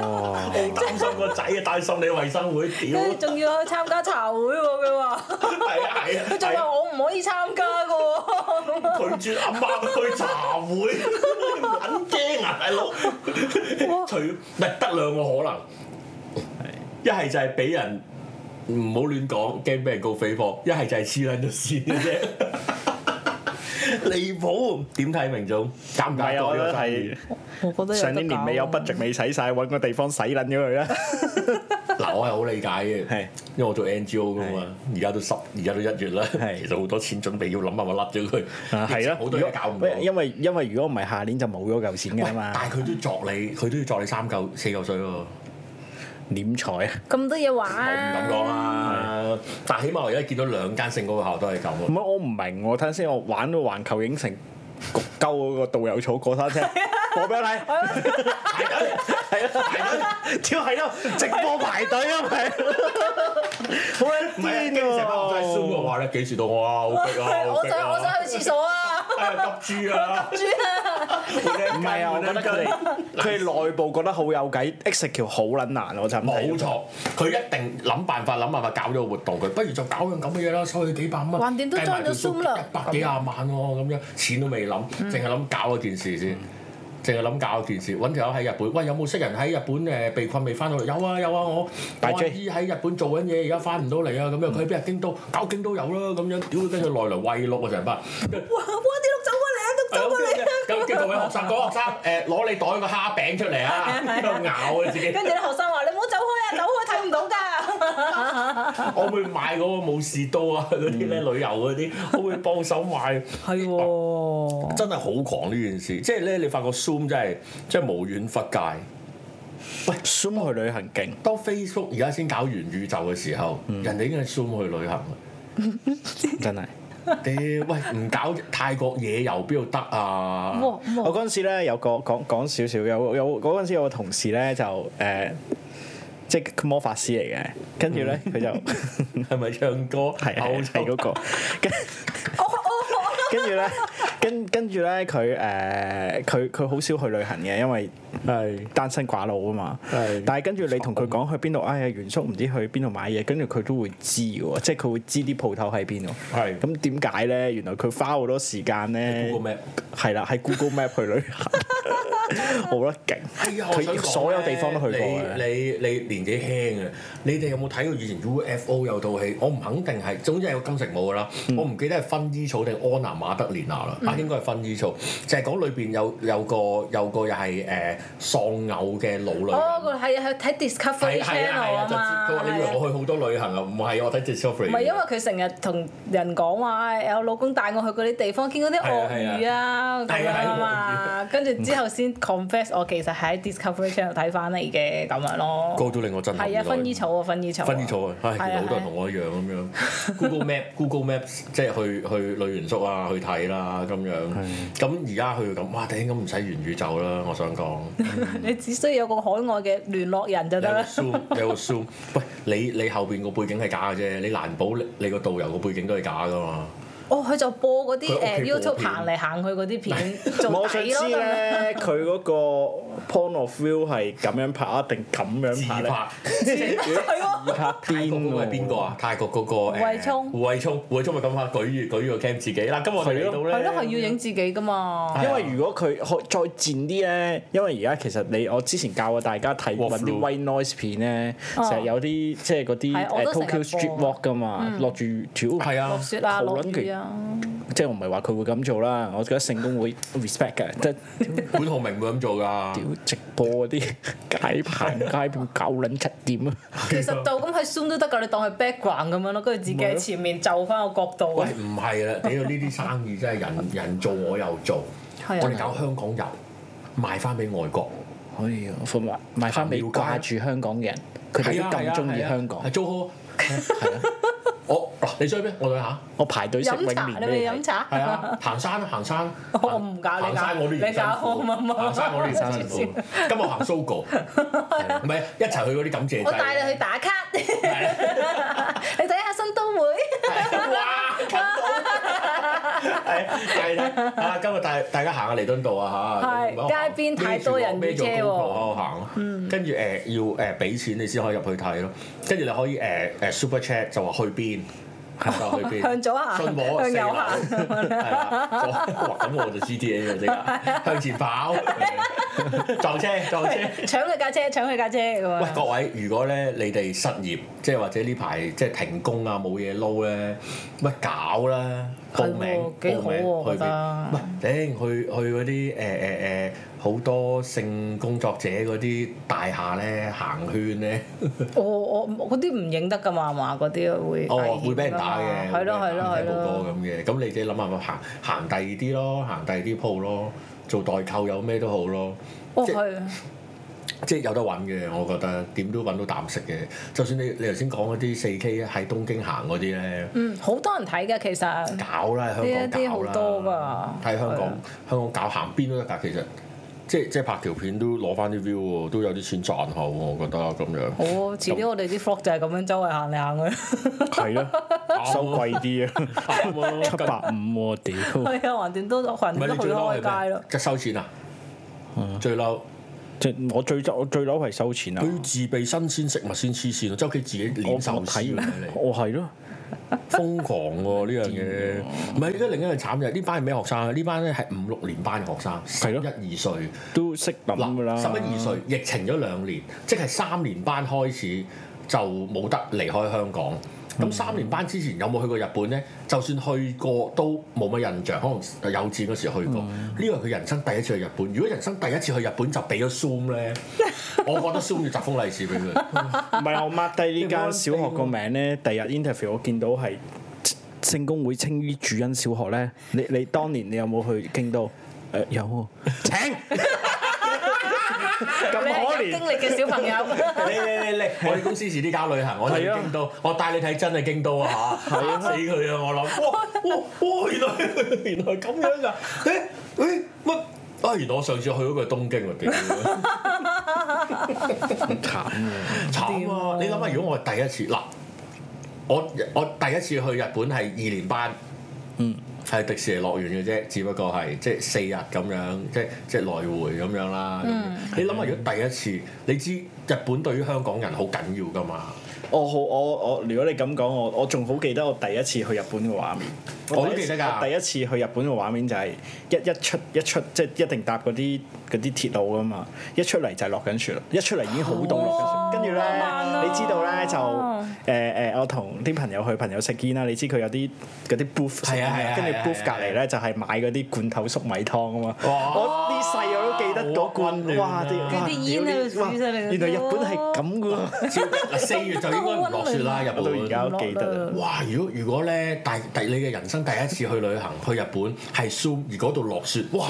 A: 好擔心個仔啊！帶心理衞生會，屌，
C: 跟住仲要去參加茶會喎，佢話
A: 係啊係啊
C: 佢仲
A: 係
C: 話
A: 啊，
C: 我唔可以參加噶
A: *laughs*
C: 喎，
A: 拒絕阿媽去茶會，撚驚啊，大佬！除唔係得兩個可能，一係就係俾人。唔好亂講，驚俾人告誹謗。一係就係黐撚咗線嘅啫，離譜。點睇明總？搞唔
B: 唔
A: 搞
B: 係啊，
A: 到
B: 我
A: 呢
B: 覺
A: 個生意
B: 得係？
C: 我覺得啊
B: 上年年尾有 budget 未使晒，揾個地方洗撚咗佢啦。啊
A: 嗱，我係好理解嘅，
B: *laughs* 係
A: 因為我做 NGO 噶嘛，而家都十，而家都一月啦，
B: 係
A: 其實好多錢準備要諗辦法甩咗佢，
B: 啊，係啦，
A: 好多嘢搞唔
B: 如果
A: 到。
B: 因為因為如果唔係下年就冇咗嚿錢
A: 喂
B: 㗎嘛，
A: 但係佢都作你，佢都要作你三嚿四嚿水喎。
B: 斂財啊！
C: 咁多嘢玩，
A: 我唔敢講啦，但係起碼我而家見到兩間聖歌學校都係咁
B: 唔
A: 喎。
B: 係我唔明喎，睇下先，我玩到環球影城焗鳩嗰個導遊草過山 *laughs* 車，我俾我睇，
A: 排緊
B: 係啦，屌係咯，直播排隊啊咪，好撚
A: 唔係啊，跟
B: 癲
A: 住成班學生喺 Zoom 嘅
B: 喎！
A: 話咧，幾時到我啊？好逼啊！好
C: 我
A: 逼啊
C: 想我想去廁所
A: *laughs*
C: 啊，
A: 係急豬啊！
C: 豬
A: *laughs*
C: 啊，
A: 唔
B: 唔係啊，我覺得佢哋佢哋內部覺得好有計，execute 好撚難，我就咁睇
A: 冇。錯，佢一定諗辦法諗辦法搞咗個活動，佢不如就搞樣咁嘅嘢啦，收佢幾百蚊，
C: 橫掂都裝咗 Zoom 啦嗯
A: 一百幾廿萬喎，咁樣錢都未諗，淨係諗搞嗰件事先。淨係諗搞嗰件事，揾條友喺日本。喂，有冇識人喺日本誒被困未翻到嚟？有啊有啊，我我
B: 大
A: 阿
B: J 嗯
A: 姨喺日本做緊嘢，而家翻唔到嚟啊咁樣。佢喺邊啊？京都，搞京都有啦咁樣。屌，跟住內來喂碌啊成
C: *laughs*
A: 班。
C: 哇哇啲碌走過嚟啊，碌走過嚟啊，
A: 咁叫各位學生，
C: *laughs*
A: 各位學生誒攞你袋個蝦餅出嚟啊，喺度咬啊自己。
C: 跟住啲學生話你唔好走開啊，走開睇唔到㗎，
A: 我會買嗰個武士刀啊，嗰啲
B: 嗯
A: 咧旅遊嗰啲，我會幫手買。
B: 哦
C: 係喎，
A: 真係好狂呢件事，即係咧你發覺 Zoom 真係真係無遠弗屆。喂
B: Zoom 去旅行勁，
A: 當 Facebook 而家先搞元宇宙嘅時候，
B: 嗯
A: 人哋已經係 Zoom 去旅行啦。
B: *laughs* 真係。
A: 屌，喂，唔搞泰國野遊邊度得啊？
C: 哇
B: 我
C: 哇
B: 嗰陣時咧有個講講少少，有有嗰陣時有個同事咧就誒、呃即係佢魔法師嚟嘅，跟住
A: 嗯
B: 咧
A: *laughs*
B: 佢就
A: 係咪唱歌？
B: 係
A: 歐
B: 係
A: 洲
B: 係嗰個，跟
A: 啊
C: 哦
B: 跟住咧，跟跟住咧佢誒佢佢好少去旅行嘅，因為
A: 係
B: 單身寡佬啊嘛。
A: 係
B: 但係跟住你同佢講去邊度，哎呀袁叔唔知去邊度買嘢，跟住佢都會知嘅喎，即係佢會知啲鋪頭喺邊喎。
A: 係
B: 咁點解咧？原來佢花好多時間咧
A: Google Map
B: 係啦，喺 Google Map 去旅行，
A: *laughs*
B: 好得勁。
A: 係啊，我想
B: 佢
A: 講
B: 所有地方都去過
A: 咧
B: 嘅。
A: 你你你年紀輕啊，你哋有冇睇過以前 UFO 有套戲？我唔肯定係，總之係個金城武噶啦。
B: 嗯
A: 我唔記得係薰衣草定安娜馬德蓮娜啦，啊應該係薰衣草，就係講裏邊有有個有個又係誒喪偶嘅老女人。
C: 哦，個係係睇
A: 係係
C: Discovery
A: 啊
C: Channel
A: 係啊，
C: 啊
A: 就
C: 嘛，
A: 知佢話你以為我去好多旅行啊？唔係，我睇 Discovery。
C: 唔係因為佢成日同人講話，誒我老公帶我去嗰啲地方，見嗰啲鱷魚啊
A: 係啊
C: 咁
A: 係啊
C: 樣啊
A: 係
C: 嘛，跟住之後先 confess 我其實喺 Discovery Channel 睇翻嚟嘅咁樣
A: 高
C: 咯。
A: 到令我震撼。
C: 係啊，薰衣草啊，薰衣草啊。啊
A: 薰衣草啊，唉，其實好多人同我一樣咁樣。Google Map、Google Map 即係去去旅元宿啊，去睇啦咁樣。咁而家去到咁，哇！頂咁唔使元宇宙啦，我想講。
C: 你只需要有個海外嘅聯絡人就
A: 有
C: 得
A: 個
C: 啦。
A: Zoom，有個 Zoom。喂，你你後邊個背景係假嘅啫，你難保你你個導遊個背景都係假噶嘛？
C: 哦，佢就播嗰
A: 佢屋
C: 啲誒
A: 企播
C: YouTube
A: 片
C: 行嚟行去嗰啲片
A: *laughs*
B: 我
C: 做
B: 想
C: 底
B: 知
C: 咯咁樣。
B: 咧，佢嗰個 point of view 係咁樣拍啊，定咁
A: 自
B: 樣拍咧？
A: 拍。
B: 自
C: 係喎，
B: 拍
A: 泰國嗰個係邊
B: 邊
A: 個
B: 喎？
A: 啊？泰國嗰個誒
C: 胡慧聰
A: 胡慧聰，胡慧聰咪咁啊！舉住舉住個 cam 自己啦。今日我哋嚟到咧，
C: 係咯，係要影自己噶嘛。
B: 啊因為如果佢可再賤啲咧，因為而家其實你我之前教過大家睇
A: Walk
B: 揾啲
A: through
B: white noise 片咧，
C: 哦
B: 成日有啲即係嗰啲
C: 係我
B: 誒
C: 都成日
B: Tokyo Street
C: 播嗯
B: Walk 噶嘛，落住條
A: 係啊
C: 落。雪啊，
B: 好
C: 落
B: 撚
C: 雨啊，
B: 即係我唔係話佢會咁做啦，我覺得聖公會 respect 嘅，即係
A: 管浩明會咁做㗎
B: 屌。直播嗰啲 *laughs* 街棚街邊搞撚七點啊！
C: 其實就咁喺 Zoom 都得㗎，你當佢 background 咁樣咯，跟住自己喺前面就翻個角度
A: 喂
C: 啊，，
A: 唔係
C: *laughs*
A: 啦，屌呢啲生意真係人人做我又做，我
C: 係
A: 哋
C: 啊，
A: 搞香港遊賣翻俾外國，
B: 可以賣賣翻俾
A: 行廟街
B: 掛住香港嘅人，佢哋
C: 啊
B: 都咁中意香港
A: 係。租好，係啊， *laughs* 我嗱你追咩？我睇下，
B: 我排隊食永
C: 飲茶
B: 年
C: 你咪
B: 俾
C: 飲
B: 你睇，
C: 茶，
A: 係啊，行山行山，
C: 我唔搞你
A: 行
C: 搞
A: 山我都嫌
C: 你
A: 辛
C: 搞
A: 苦，
C: 我嘛嘛
A: 行山我都嫌辛苦，
C: *laughs*
A: 今日行 Sogo，唔係啊一齊去嗰啲感謝祭，
C: *laughs* 我帶你去打卡，你
A: 啊
C: *laughs* 睇下
A: *laughs*
C: 新都會，
A: 哇！近到係係啦，啊！今日大大家行下彌敦道啊嚇，咁
C: 係
A: 樣行
C: 街邊太多人
A: 孭住
C: 嘅車
A: 孭住
C: 喎嗯
A: 個 GoPro 喺度行咯，跟住誒要誒俾錢你先可以入去睇咯，跟住你可以誒誒 Super Chat 就話去邊。就話去邊？
C: *laughs* 向左行
A: 信和
C: 向右行 *laughs*
A: 四樓係啦。左哇咁我就 GTA 啦，即刻向前
C: *laughs*
A: 跑，撞車撞車。
C: 搶佢架車，搶佢架車咁
A: 喂，
C: 樣。
A: 各位，如果咧你哋失業，即係或者呢排即係停工啊，冇嘢撈咧，喂搞啦，報名
C: 係喎幾
A: 報
C: 好
A: 名
C: 喎
A: 去
C: 覺得
A: 邊？唔係，頂去去嗰啲誒誒誒好多性工作者嗰啲大廈咧行圈
C: *laughs*
A: 咧，
C: 我我嗰啲唔影得㗎嘛，嘛嗰啲會
A: 哦
C: 危險
A: 會俾人打
C: 㗎
A: 嘅，
C: 嘛係咯係咯係
A: 好多
C: 咯
A: 咁。嘅。咁你自己諗下咪行行第二啲咯，行第二啲鋪咯，做代購有咩都好咯。
C: 哦
A: 即
C: 係啊，
A: 即係有得揾嘅，我覺得點都揾到啖食嘅。就算你你頭先講嗰啲四 K 喺東京行嗰啲咧，
C: 嗯，好多人睇㗎其實。
A: 搞啦，
C: 呢一
A: 喺
C: 啲
A: 香港搞
C: 好
A: 啦，
C: 多㗎
A: 喺香港
C: 係啊
A: 香港搞行邊都得㗎，其實即係即係拍條片都攞翻啲 view 喎，都有啲錢賺下喎，我覺得咁樣。
C: *laughs* 好，遲啲我哋啲 vlog 就係咁樣周圍行嚟行去，
B: 係咯， *laughs* 收貴啲啊， *laughs* 七百五喎屌！
C: *laughs* 係啊，橫掂都
A: 唔
C: 橫
A: 係
C: 掂都
A: 你
C: 去
A: 最
C: 咗
A: 嬲係
C: 開街
A: 咩
C: 咯？。
A: 即係收錢啊！
B: 嗯
A: 最嬲
B: *laughs* 即係我最我最嬲係收錢啊！
A: 佢要自備新鮮食物先黐線咯，周屋企自己
B: 我
A: 練壽司
B: 睇
A: 喎
B: 完
A: 你，
B: 我係咯，
A: 瘋狂喎呢樣
B: *laughs*
A: 嘢，唔係而家另一樣慘就係呢班係咩學生啊？呢班咧係五六年班嘅學生，十
B: 係咯
A: 一二歲。
B: 都識諗㗎啦。
A: 嗱，十一二歲，疫情咗兩年，即係三年班開始就冇得離開香港。
B: 嗯
A: 咁三年班之前有冇去過日本呢？就算去過都冇乜印象，可能幼稚嗰時去過。
B: 嗯
A: 呢個係佢人生第一次去日本。如果人生第一次去日本就俾咗 Zoom 呢，我覺得 Zoom 要集封利是俾佢。
B: 唔係我 mark 低呢間小學個名咧，第日 interview 我見到係聖公會青衣主恩小學咧。你你當年你有冇去京都？誒、有喎，請咁
C: 你
B: 可
C: 係有經
B: 憐。
C: 歷嘅
A: *laughs*
C: 小朋友。
A: 你你你你， *laughs* 我哋公司遲啲搞旅行，我哋
B: 係啊
A: 去京都，我帶你睇真係京都啊嚇，嚇死佢啊！我諗，哇哇哇，原來 *laughs* 原來咁樣
B: *laughs*
A: 噶，誒誒乜啊？原來我上次去嗰個係東京啊，屌！
B: 啊
A: 慘啊！你諗下，如果我係第一次嗱，我我第一次去日本係二年班，
B: 嗯，
A: 係迪士尼樂園嘅啫，只不過係即係四日咁樣，即係即係來回咁樣啦。
C: 嗯
A: 你諗下，如果第一次，你知日本對於香港人好緊要㗎嘛？
B: 我好我我，如果你咁講，我我仲好記得我第一次去日本嘅畫面。
A: 我都記得㗎
B: 我第一次去日本嘅畫面就係一一出一出，即係一定搭嗰啲嗰啲鐵路㗎嘛。一出嚟就係落緊雪啦，一出嚟已經好凍落緊雪。跟住咧
C: 好浪漫啊，
B: 你知道咧就誒誒，我同啲朋友去朋友食煙啦，你知佢有啲嗰啲 booth 食煙
A: 係啊係啊
B: 㗎跟住
A: 係啊
B: booth
A: 係
B: 隔
A: 啊
B: 離咧就係買嗰啲罐頭粟米湯啊嘛。
A: 哇
B: 我呢世我都記得嗰罐，
A: 好
B: 哇！
A: 溫暖啊
B: 哇
C: 佢啲煙喺度
B: 屌哇
C: 煮上嚟㗎
B: 原來日本係咁㗎喎。
A: 照嗱四月就應該唔落雪啦，日
B: 我到而
A: 本。
B: 家都記得啊。
A: 哇！如果如果咧，第第你嘅人生第一次去旅行去日本係 Zoom，而嗰度落雪，哇！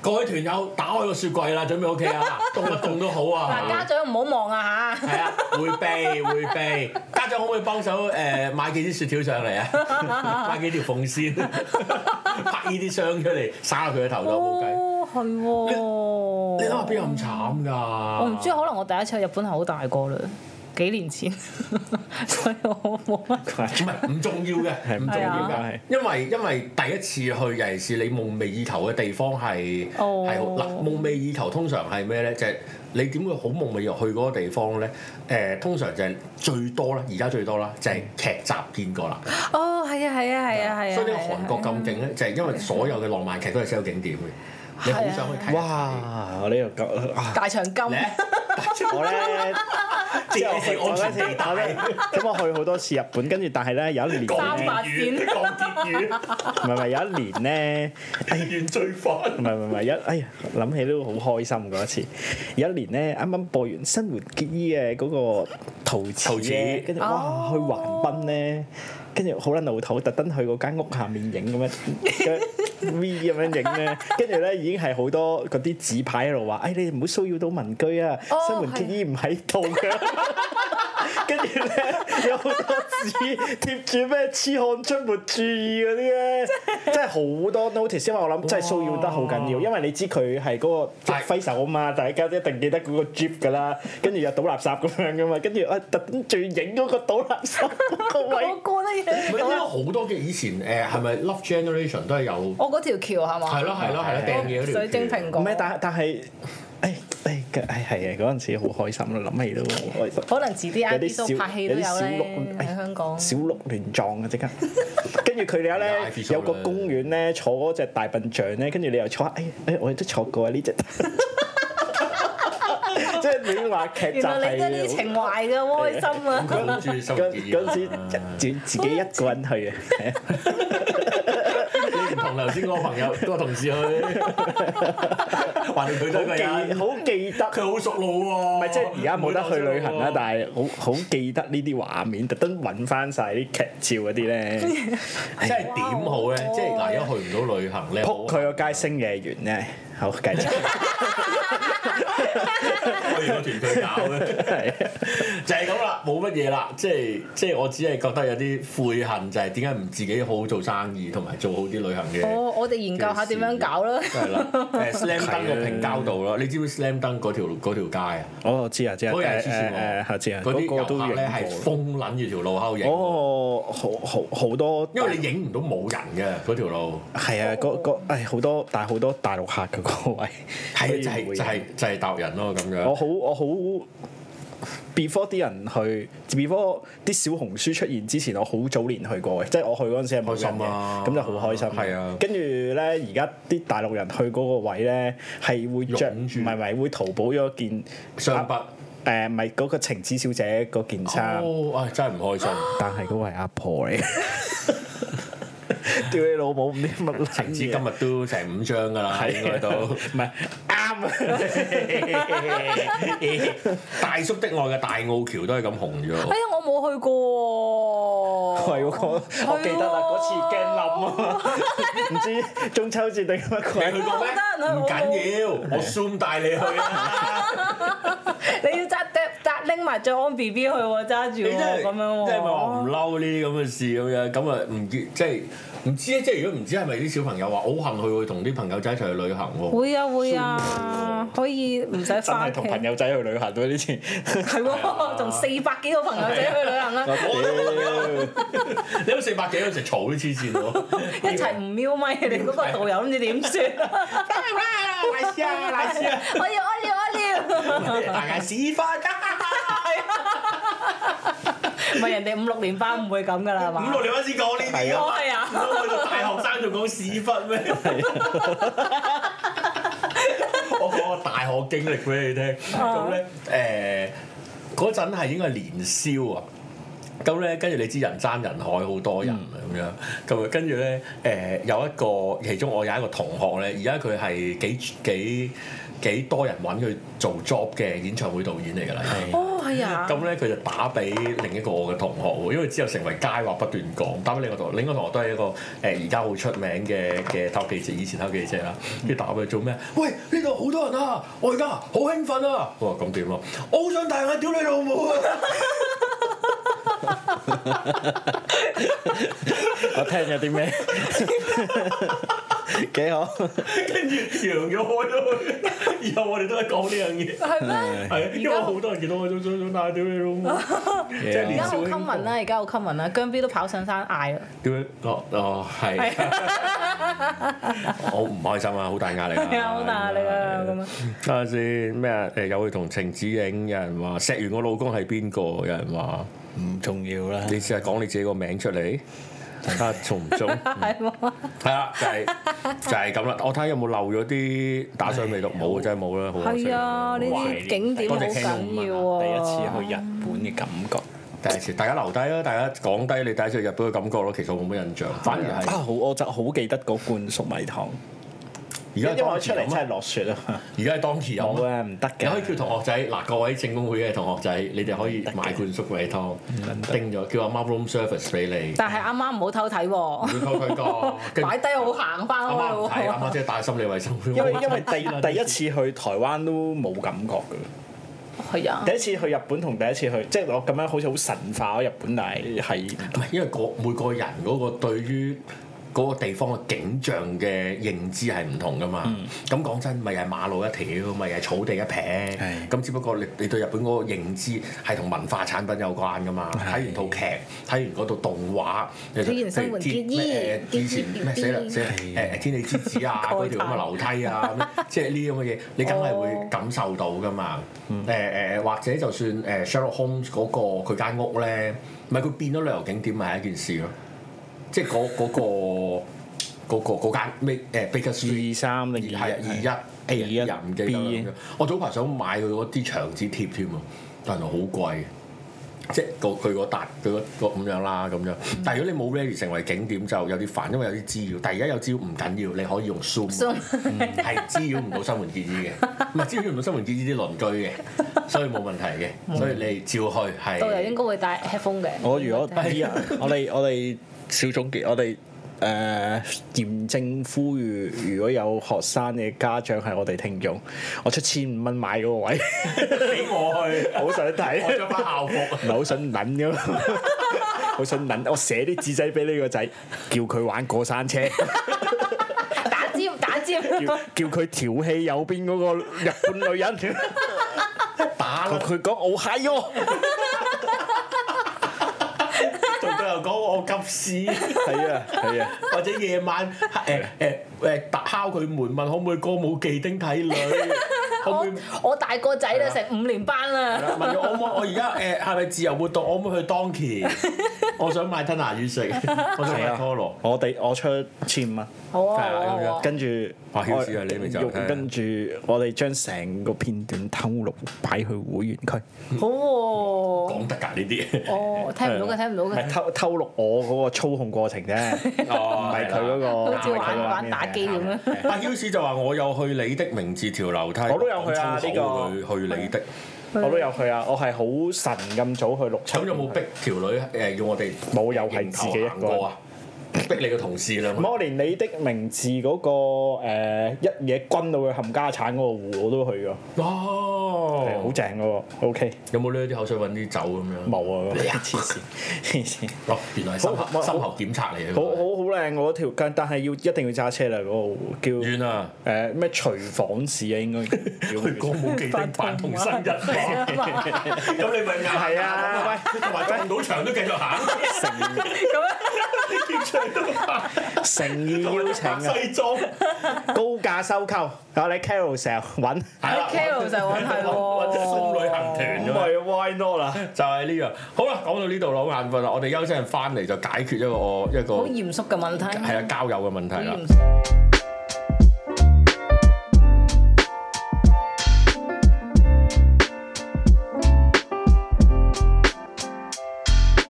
A: 各位團友打開個雪櫃啦，準備 OK
C: *laughs*
A: 啊，凍一凍都好啊。
C: 嗱，家長唔好望啊嚇。
A: 係啊，會
C: *laughs*
A: 避會避。家長可唔可以幫手誒買幾支雪條上嚟
C: *laughs*
A: 啊？買幾條鳳仙，拍呢啲箱出嚟，撒落佢嘅頭度冇計。
C: 哦，係喎。
A: 你諗下邊有咁慘㗎？我
C: 我唔知，可能我第一次去日本係好大個啦，幾年前， *laughs* 所以我冇乜。
A: 唔 *laughs* 係唔重要嘅，
B: 係
A: 唔
B: 唔
A: 重
C: 重要
A: 要
C: 㗎
A: 嘅，因為因為第一次去，尤其是你夢寐以求嘅地方係係
C: 哦
A: 好嗱，夢寐以求通常係咩咧？就係、你點會好夢寐以求去嗰個地方咧？誒、通常就係最多啦，而家最多啦，就係、劇集見過啦。
C: 哦，係啊，係啊，係啊，係啊。
A: 所以呢個韓國咁勁咧，就係因為所有嘅浪漫劇都係 sell 景點嘅，你
C: 啊
A: 好想去睇。
B: 啊哇！我呢度咁啊，
C: 大長金。
A: 咧，
B: 我咧即係我去我嗰時我咧咁我去好多次日本，跟住但係咧有一年
A: 講
B: 咧，唔
C: 三
B: 係
C: 百
A: 粵語，講粵語，
B: 唔係有一年咧，
A: 原罪犯
B: 唔。係唔係一哎呀諗起都好開心嗰一次。有一年咧，啱啱播完《生活結衣》嘅嗰個陶瓷
A: 陶瓷
B: 咧，跟住哇去橫濱咧，跟住好撚老土，特登去嗰間屋下面影咁樣咁樣 V 咁樣影咧，跟住咧已經係好多嗰啲紙牌喺度話：，哎你唔好騷擾到民居啊，
C: 哦
B: 生活結衣唔喺度㗎。跟住咧有好多紙貼住咩痴漢出沒注意嗰啲咧，真係好多 notice，因為我諗真係騷擾得好緊要，因為你知佢係嗰個
A: 係
B: 揮手啊嘛，大家一定記得嗰個 jeep 噶啦，跟住又倒垃圾咁樣噶嘛，跟住啊特登仲要影嗰個倒垃圾嗰個位
C: 我。覺
A: 唔係
C: 得
A: 因為
C: 嘢，
A: 好多嘅以前誒係咪 Love Generation 都係有，
C: *laughs* 我嗰條橋係嘛？
A: 係咯係咯係咯掟嘢嗰條
C: 水晶蘋
B: 唔
C: 果。
B: 係，但但係，誒誒誒係啊！嗰陣時好開心咯，諗起都好開心。
C: 可能遲啲
B: 有啲
C: I.P. 都
B: 小
C: 拍戲
B: 有
C: 都
B: 啲
C: 有
B: 小
C: 咧
B: 鹿，哎
C: 喺香港。
B: 小鹿亂撞啊嘅即 *laughs* 刻。跟住佢哋
A: 係啊
B: 咧
A: IP
B: 有個
A: 數啦
B: 公園咧坐嗰只大笨象咧，跟住你又坐，哎哎我哋都坐過啊呢只。 *laughs* 即係你話劇集
C: 原來你都
B: 係
C: 啲情懷嘅開心啊！
A: 佢諗住收
B: 嗰
A: 結
B: 嗰陣時
A: 啊
B: 自自己一個人去嘅，
A: 你唔同頭先嗰個朋友嗰個同事去， *laughs* 話你佢都係個
B: 記
A: 人，
B: 好記得。
A: 佢好熟路喎。
B: 唔係即係而家冇得去旅行啦，
A: 係
B: 但係好好記得呢啲畫面，特登揾翻晒啲劇照嗰啲
A: *laughs*
B: 咧，
A: 即係點好咧？即係嗱，如果去唔到旅行咧，
B: 撲佢個街星野源咧，好繼續
A: 去完個團隊搞
B: *laughs*
A: 嘅。
B: 係
A: 就係咁啦，冇乜嘢啦，即係即係我只係覺得有啲悔恨，就係點解唔自己好好做生意，同埋做好啲旅行嘅。
C: *laughs* 我我哋研究哦下點樣
B: *laughs*
C: 搞啦。
A: 係啦，誒 slam dunk 個
B: 係啊
A: 平交道啦，你知唔知 slam dunk 嗰條嗰條街啊？
B: 我我知啊知啊，
A: 嗰日係黐線
B: 誒誒
A: 喎
B: 我知啊，
A: 嗰
B: 嗰
A: 啲
B: 個
A: 遊
B: 都
A: 客咧係
B: 影過。
A: 封撚住條路口影，
B: 哦，好好好多，
A: 因為你影唔到冇人嘅嗰條路，
B: 係啊，嗰嗰誒好多，但係好多大陸客嘅嗰個位，
A: 係啊就
B: 所
A: 係
B: 以會哦
A: 就係就係搭人咯咁
B: 我
A: 樣。
B: 好我好 before 啲人去，before 啲小紅書出現之前，我好早年去過嘅，即係我去嗰陣時係冇
A: 開
B: 人
A: 心啊
B: 嘅，咁就好開心。
A: 係啊
B: 跟住咧，而家啲大陸人去嗰個位咧，係會着，唔
A: 湧住
B: 係唔係會淘寶咗件
A: 上北
B: 誒，唔係嗰個晴子小姐嗰件衫， *laughs*
A: 哦，唉真係唔開心。
B: 但係嗰個係阿婆嚟。屌你老母唔知乜撚
A: 情
B: 嘢
A: 紙今日都成五張㗎
B: 啊
A: 啦，應該都
B: 唔係 *laughs* 啱啊！
A: 大叔的愛嘅大澳橋都係咁紅咗
B: *laughs*
C: 哎。呀，我冇去過喎。
B: 係喎，我我記得啦，嗰次驚 *laughs* 冧啊嘛，唔知中秋節定乜鬼
A: 你去過咩？唔
C: 好得人
A: 緊要，我 Zoom 帶你去
B: *laughs*
A: 啊！
C: 你要扎隻扎拎埋隻安 B B 去喎，揸住
B: 啊
A: 你真
C: 喎
A: 係
C: 咁樣喎。
A: 即係咪話唔嬲呢啲咁嘅事咁樣？咁啊唔知即係唔知咧。即係如果唔知係咪啲小朋友話好幸佢會同啲朋友仔一齊去旅行喎？
C: 會啊會啊，可以唔使
B: 真
C: 翻
B: 係
C: 屋企
B: 同。朋友仔去旅行嗰啲 *laughs* 錢，
C: 係喎，同四百幾個朋友仔去旅行啊，
A: 你都四百幾嗰時嘈都黐線喎！
B: 啊
C: 一齊唔瞄咪，你嗰個導遊唔知點算。
A: 賴屎啊！賴屎啊！
C: 我要我要我要，
A: 大家屎
B: *laughs*
A: 忽
C: 唔係人哋五六年班唔會咁噶啦係
A: 五
C: 嘛
A: 六？年嗰陣時講呢啲
C: 我
A: 啊，
C: 係
A: 唔
C: 啊，
A: 通去到大學生仲講屎忽咩？我講個大學經歷俾你聽，咁咧誒嗰陣係應該係年宵啊。咁咧，跟住你知人山人海，好多人咁樣，咁啊跟住咧，誒、有一個，其中我有一個同學咧，而家佢係幾幾幾多人揾佢做 job 嘅演唱會導演嚟㗎啦。
C: 哦係啊，
A: 咁咧佢就打俾另一個我嘅同學喎，因為之後成為佳話不斷講，打俾另一個同學，另一個同學都係一個誒而家好出名嘅嘅偷記者，以前偷記者啊啦，跟住打俾佢做咩？喂，呢度好多人啊！我而家好興奮啊！我話咁點咯？我好想大眼屌你老母
C: *laughs*
A: 啊！
B: 我聽咗啲咩？ *laughs* 幾好，
A: 跟住揚咗開咗佢，以後我哋都係講呢樣嘢。
C: 係咩？
A: 係，因為好多人見到我都想想大眼屌你老母，即係
C: 而
A: 年
C: 家
A: 少
C: 好
A: 輕
C: common 啦，而家好 common 啦，姜 B 都跑上山嗌啦。
A: 屌你哦哦係，我唔開心啊，好大壓力啊，
C: 係啊，好大壓力啊咁樣。
A: 睇下先咩啊？誒有佢同程子影，有人話錫完我老公係邊個？有人話
B: 唔重要啦
A: 你試下講你自己個名出嚟，睇下中唔
B: *laughs*
A: 中？
C: 啊係喎，
A: 係啦，就係就係咁啦。我睇下有冇漏咗啲打賞未讀，冇啊真係冇啦，好可惜。
C: 係啊，呢啲景點好
A: 啊
C: 緊要喎。
B: 第一次去日本嘅感覺
A: 第一次大家留低啦，大家講低你第一次去日本嘅感覺咯。其實我冇乜印象，反而
B: 啊！
A: 係
B: 好，我就好記得嗰罐粟米湯，
A: 而
B: 因
A: 家
B: 為我出
A: 當
B: 嚟真
A: 時
B: 係落雪啊
A: *laughs*
B: 嘛，
A: 而家係當期
B: 冇
A: 有啊。
B: 啊唔得
A: 你可以
B: 嘅，
A: 叫同學仔嗱，各位政工會嘅同學仔，你哋可以買罐粟米湯，叮咗叫阿媽 room service 俾你。
C: 但係啱啱唔好偷睇喎，
A: 佢佢佢個跟
C: 擺低好行翻
A: 阿
C: 開
A: 媽唔睇，阿媽
C: 喎。
A: 即係帶心理衞生。
B: 因為因為第第一次去台灣都冇感覺嘅。
C: 係啊
B: 第，一次去日本同第一次去，即係我咁樣好似好神化咗日本，但係係
A: 唔係因為個每個人嗰個對於嗰個地方嘅景象嘅認知係唔同噶嘛。咁講真，咪又係馬路一條，咪又係草地一撇。
B: 係
A: 咁只不過你你對日本嗰個認知係同文化產品有關噶嘛。睇完套劇，睇完嗰套動畫，你就
C: 睇完生活
A: 譬如
C: 結衣
A: 咩誒以前
C: *laughs*
A: 咩死啦死啦誒天氣之子啊，嗰條咁嘅樓梯啊，咁樣即係呢啲咁嘅嘢，你梗係會感受到噶嘛。誒誒，或者就算誒 Sherlock Holmes 嗰個佢間屋咧，唔係佢變咗旅遊景點，咪係一件事咯。即係嗰嗰個嗰個嗰間咩誒 Baker
B: 二
A: Street
B: 三
A: 二
B: 定
A: 係
B: 二
A: 啊二一 A
B: 二一
A: 人唔記得啦
B: B
A: 咁樣我早排想買佢嗰啲牆紙貼添啊，但係好貴。即係個佢嗰笪佢嗰個咁樣啦咁樣，但係如果你冇 ready 成為景點就有啲煩，因為有啲資料。但係而家有資料唔緊要，你可以用 Zoom，
C: Zoom
A: 嗯係滋擾唔到生活建議嘅，唔 *laughs* 係滋擾唔到生活建議啲鄰 *laughs* 居嘅，所以冇問題嘅，所以你照去係。
C: 導遊應該會戴 headphone 嘅。
B: 我如果 *laughs* 我哋我哋小總結，我哋誒、呃、嚴正呼籲，如果有學生嘅家長係我哋聽眾，我出千五蚊買嗰個位，
A: 俾我去，
B: 好想睇，
A: 我
B: *laughs*
A: 着翻校服。
B: 唔係好想撚咁， *laughs* 好想撚，我寫啲紙仔俾呢個仔，叫佢玩過山車，
C: 打尖打尖，
B: 叫叫佢調戲右邊嗰個日本女人，
A: 打 *laughs*
B: 同
A: 啦！
B: 佢講我嗨哦喲，
A: 同佢又講我急屎，
B: 係啊係啊。
A: *laughs* 或者夜晚誒誒誒打敲佢門問可唔可以歌舞伎町睇
B: *laughs*
A: 女，可唔可以？
C: 我大個仔啦，成五年班啦。
A: 呃
B: *laughs*
A: 問我可唔可我而家誒係咪自由活動？我可唔可以去當期？我想買吞拿魚食，我想買
B: 啊
A: 拖羅。
B: 我哋我出千五蚊，
C: 好啊，
A: 係啦
C: 好啊
A: 咁樣
C: 好啊
B: 跟住
A: 哇曉子啊你咪就
B: 用
A: 係
B: 跟住我哋將成個片段偷錄擺去會員區，
C: 好喎。
A: 講得㗎呢啲，
C: 哦，聽唔
A: 啊
C: 到嘅，聽唔到
B: 唔係
C: *laughs* 嘅。
B: 偷偷錄我嗰個操控過程啫，唔
A: 哦
B: 係佢嗰個，
C: 好似
B: 唔係佢
C: 玩
B: 嗰個啊
C: 玩打機咁樣。
A: 阿 h u g 就話我有去你的名字條樓梯，
B: 我都有去啊
A: 講粗口
B: 呢
A: 去去你的，
B: 我都有去啊！我係好神咁早去錄七
A: 咁有冇逼條女誒要我哋
B: 冇又係自己一個人
A: 迎頭行過啊？逼你個同事啦
B: 唔，係我連你的名字嗰、個、呃、一嘢轟到佢冚家產嗰個湖我都去過，係好
A: 哦，
B: 正嗰個。OK，
A: 有冇呢啲口水揾啲酒咁樣？
B: 冇
A: *laughs*
B: 啊，黐線黐線，
A: 哦，原來係深
B: 好我
A: 喉深喉檢查嚟嘅，
B: 好好好靚嗰條街，但係要一定要揸車啦嗰、個湖叫
A: 遠啊！
B: 誒咩廚房市啊，應該叫
A: 去歌舞伎町扮同生 *laughs* 日嘛，咁你咪硬
B: 係啊
A: 喂，同埋撞到牆都繼續行， *laughs* 成咁樣，都行
B: 誠意邀請 *laughs* 啊，
A: 西裝，
B: 高價收購，但你 Carousel 揾，
A: 係啦
C: Carol 就揾係喎
A: 或者送旅行團咁樣。
B: 係 Why not 啊啦？
A: 就係呢樣，好啦，講到呢度啦，我眼瞓啦，我哋休息陣翻嚟就解決一個我一個
C: 好嚴肅嘅問題。
A: 係啊交友嘅問題
C: 好
A: 啦
C: 嚴。肅。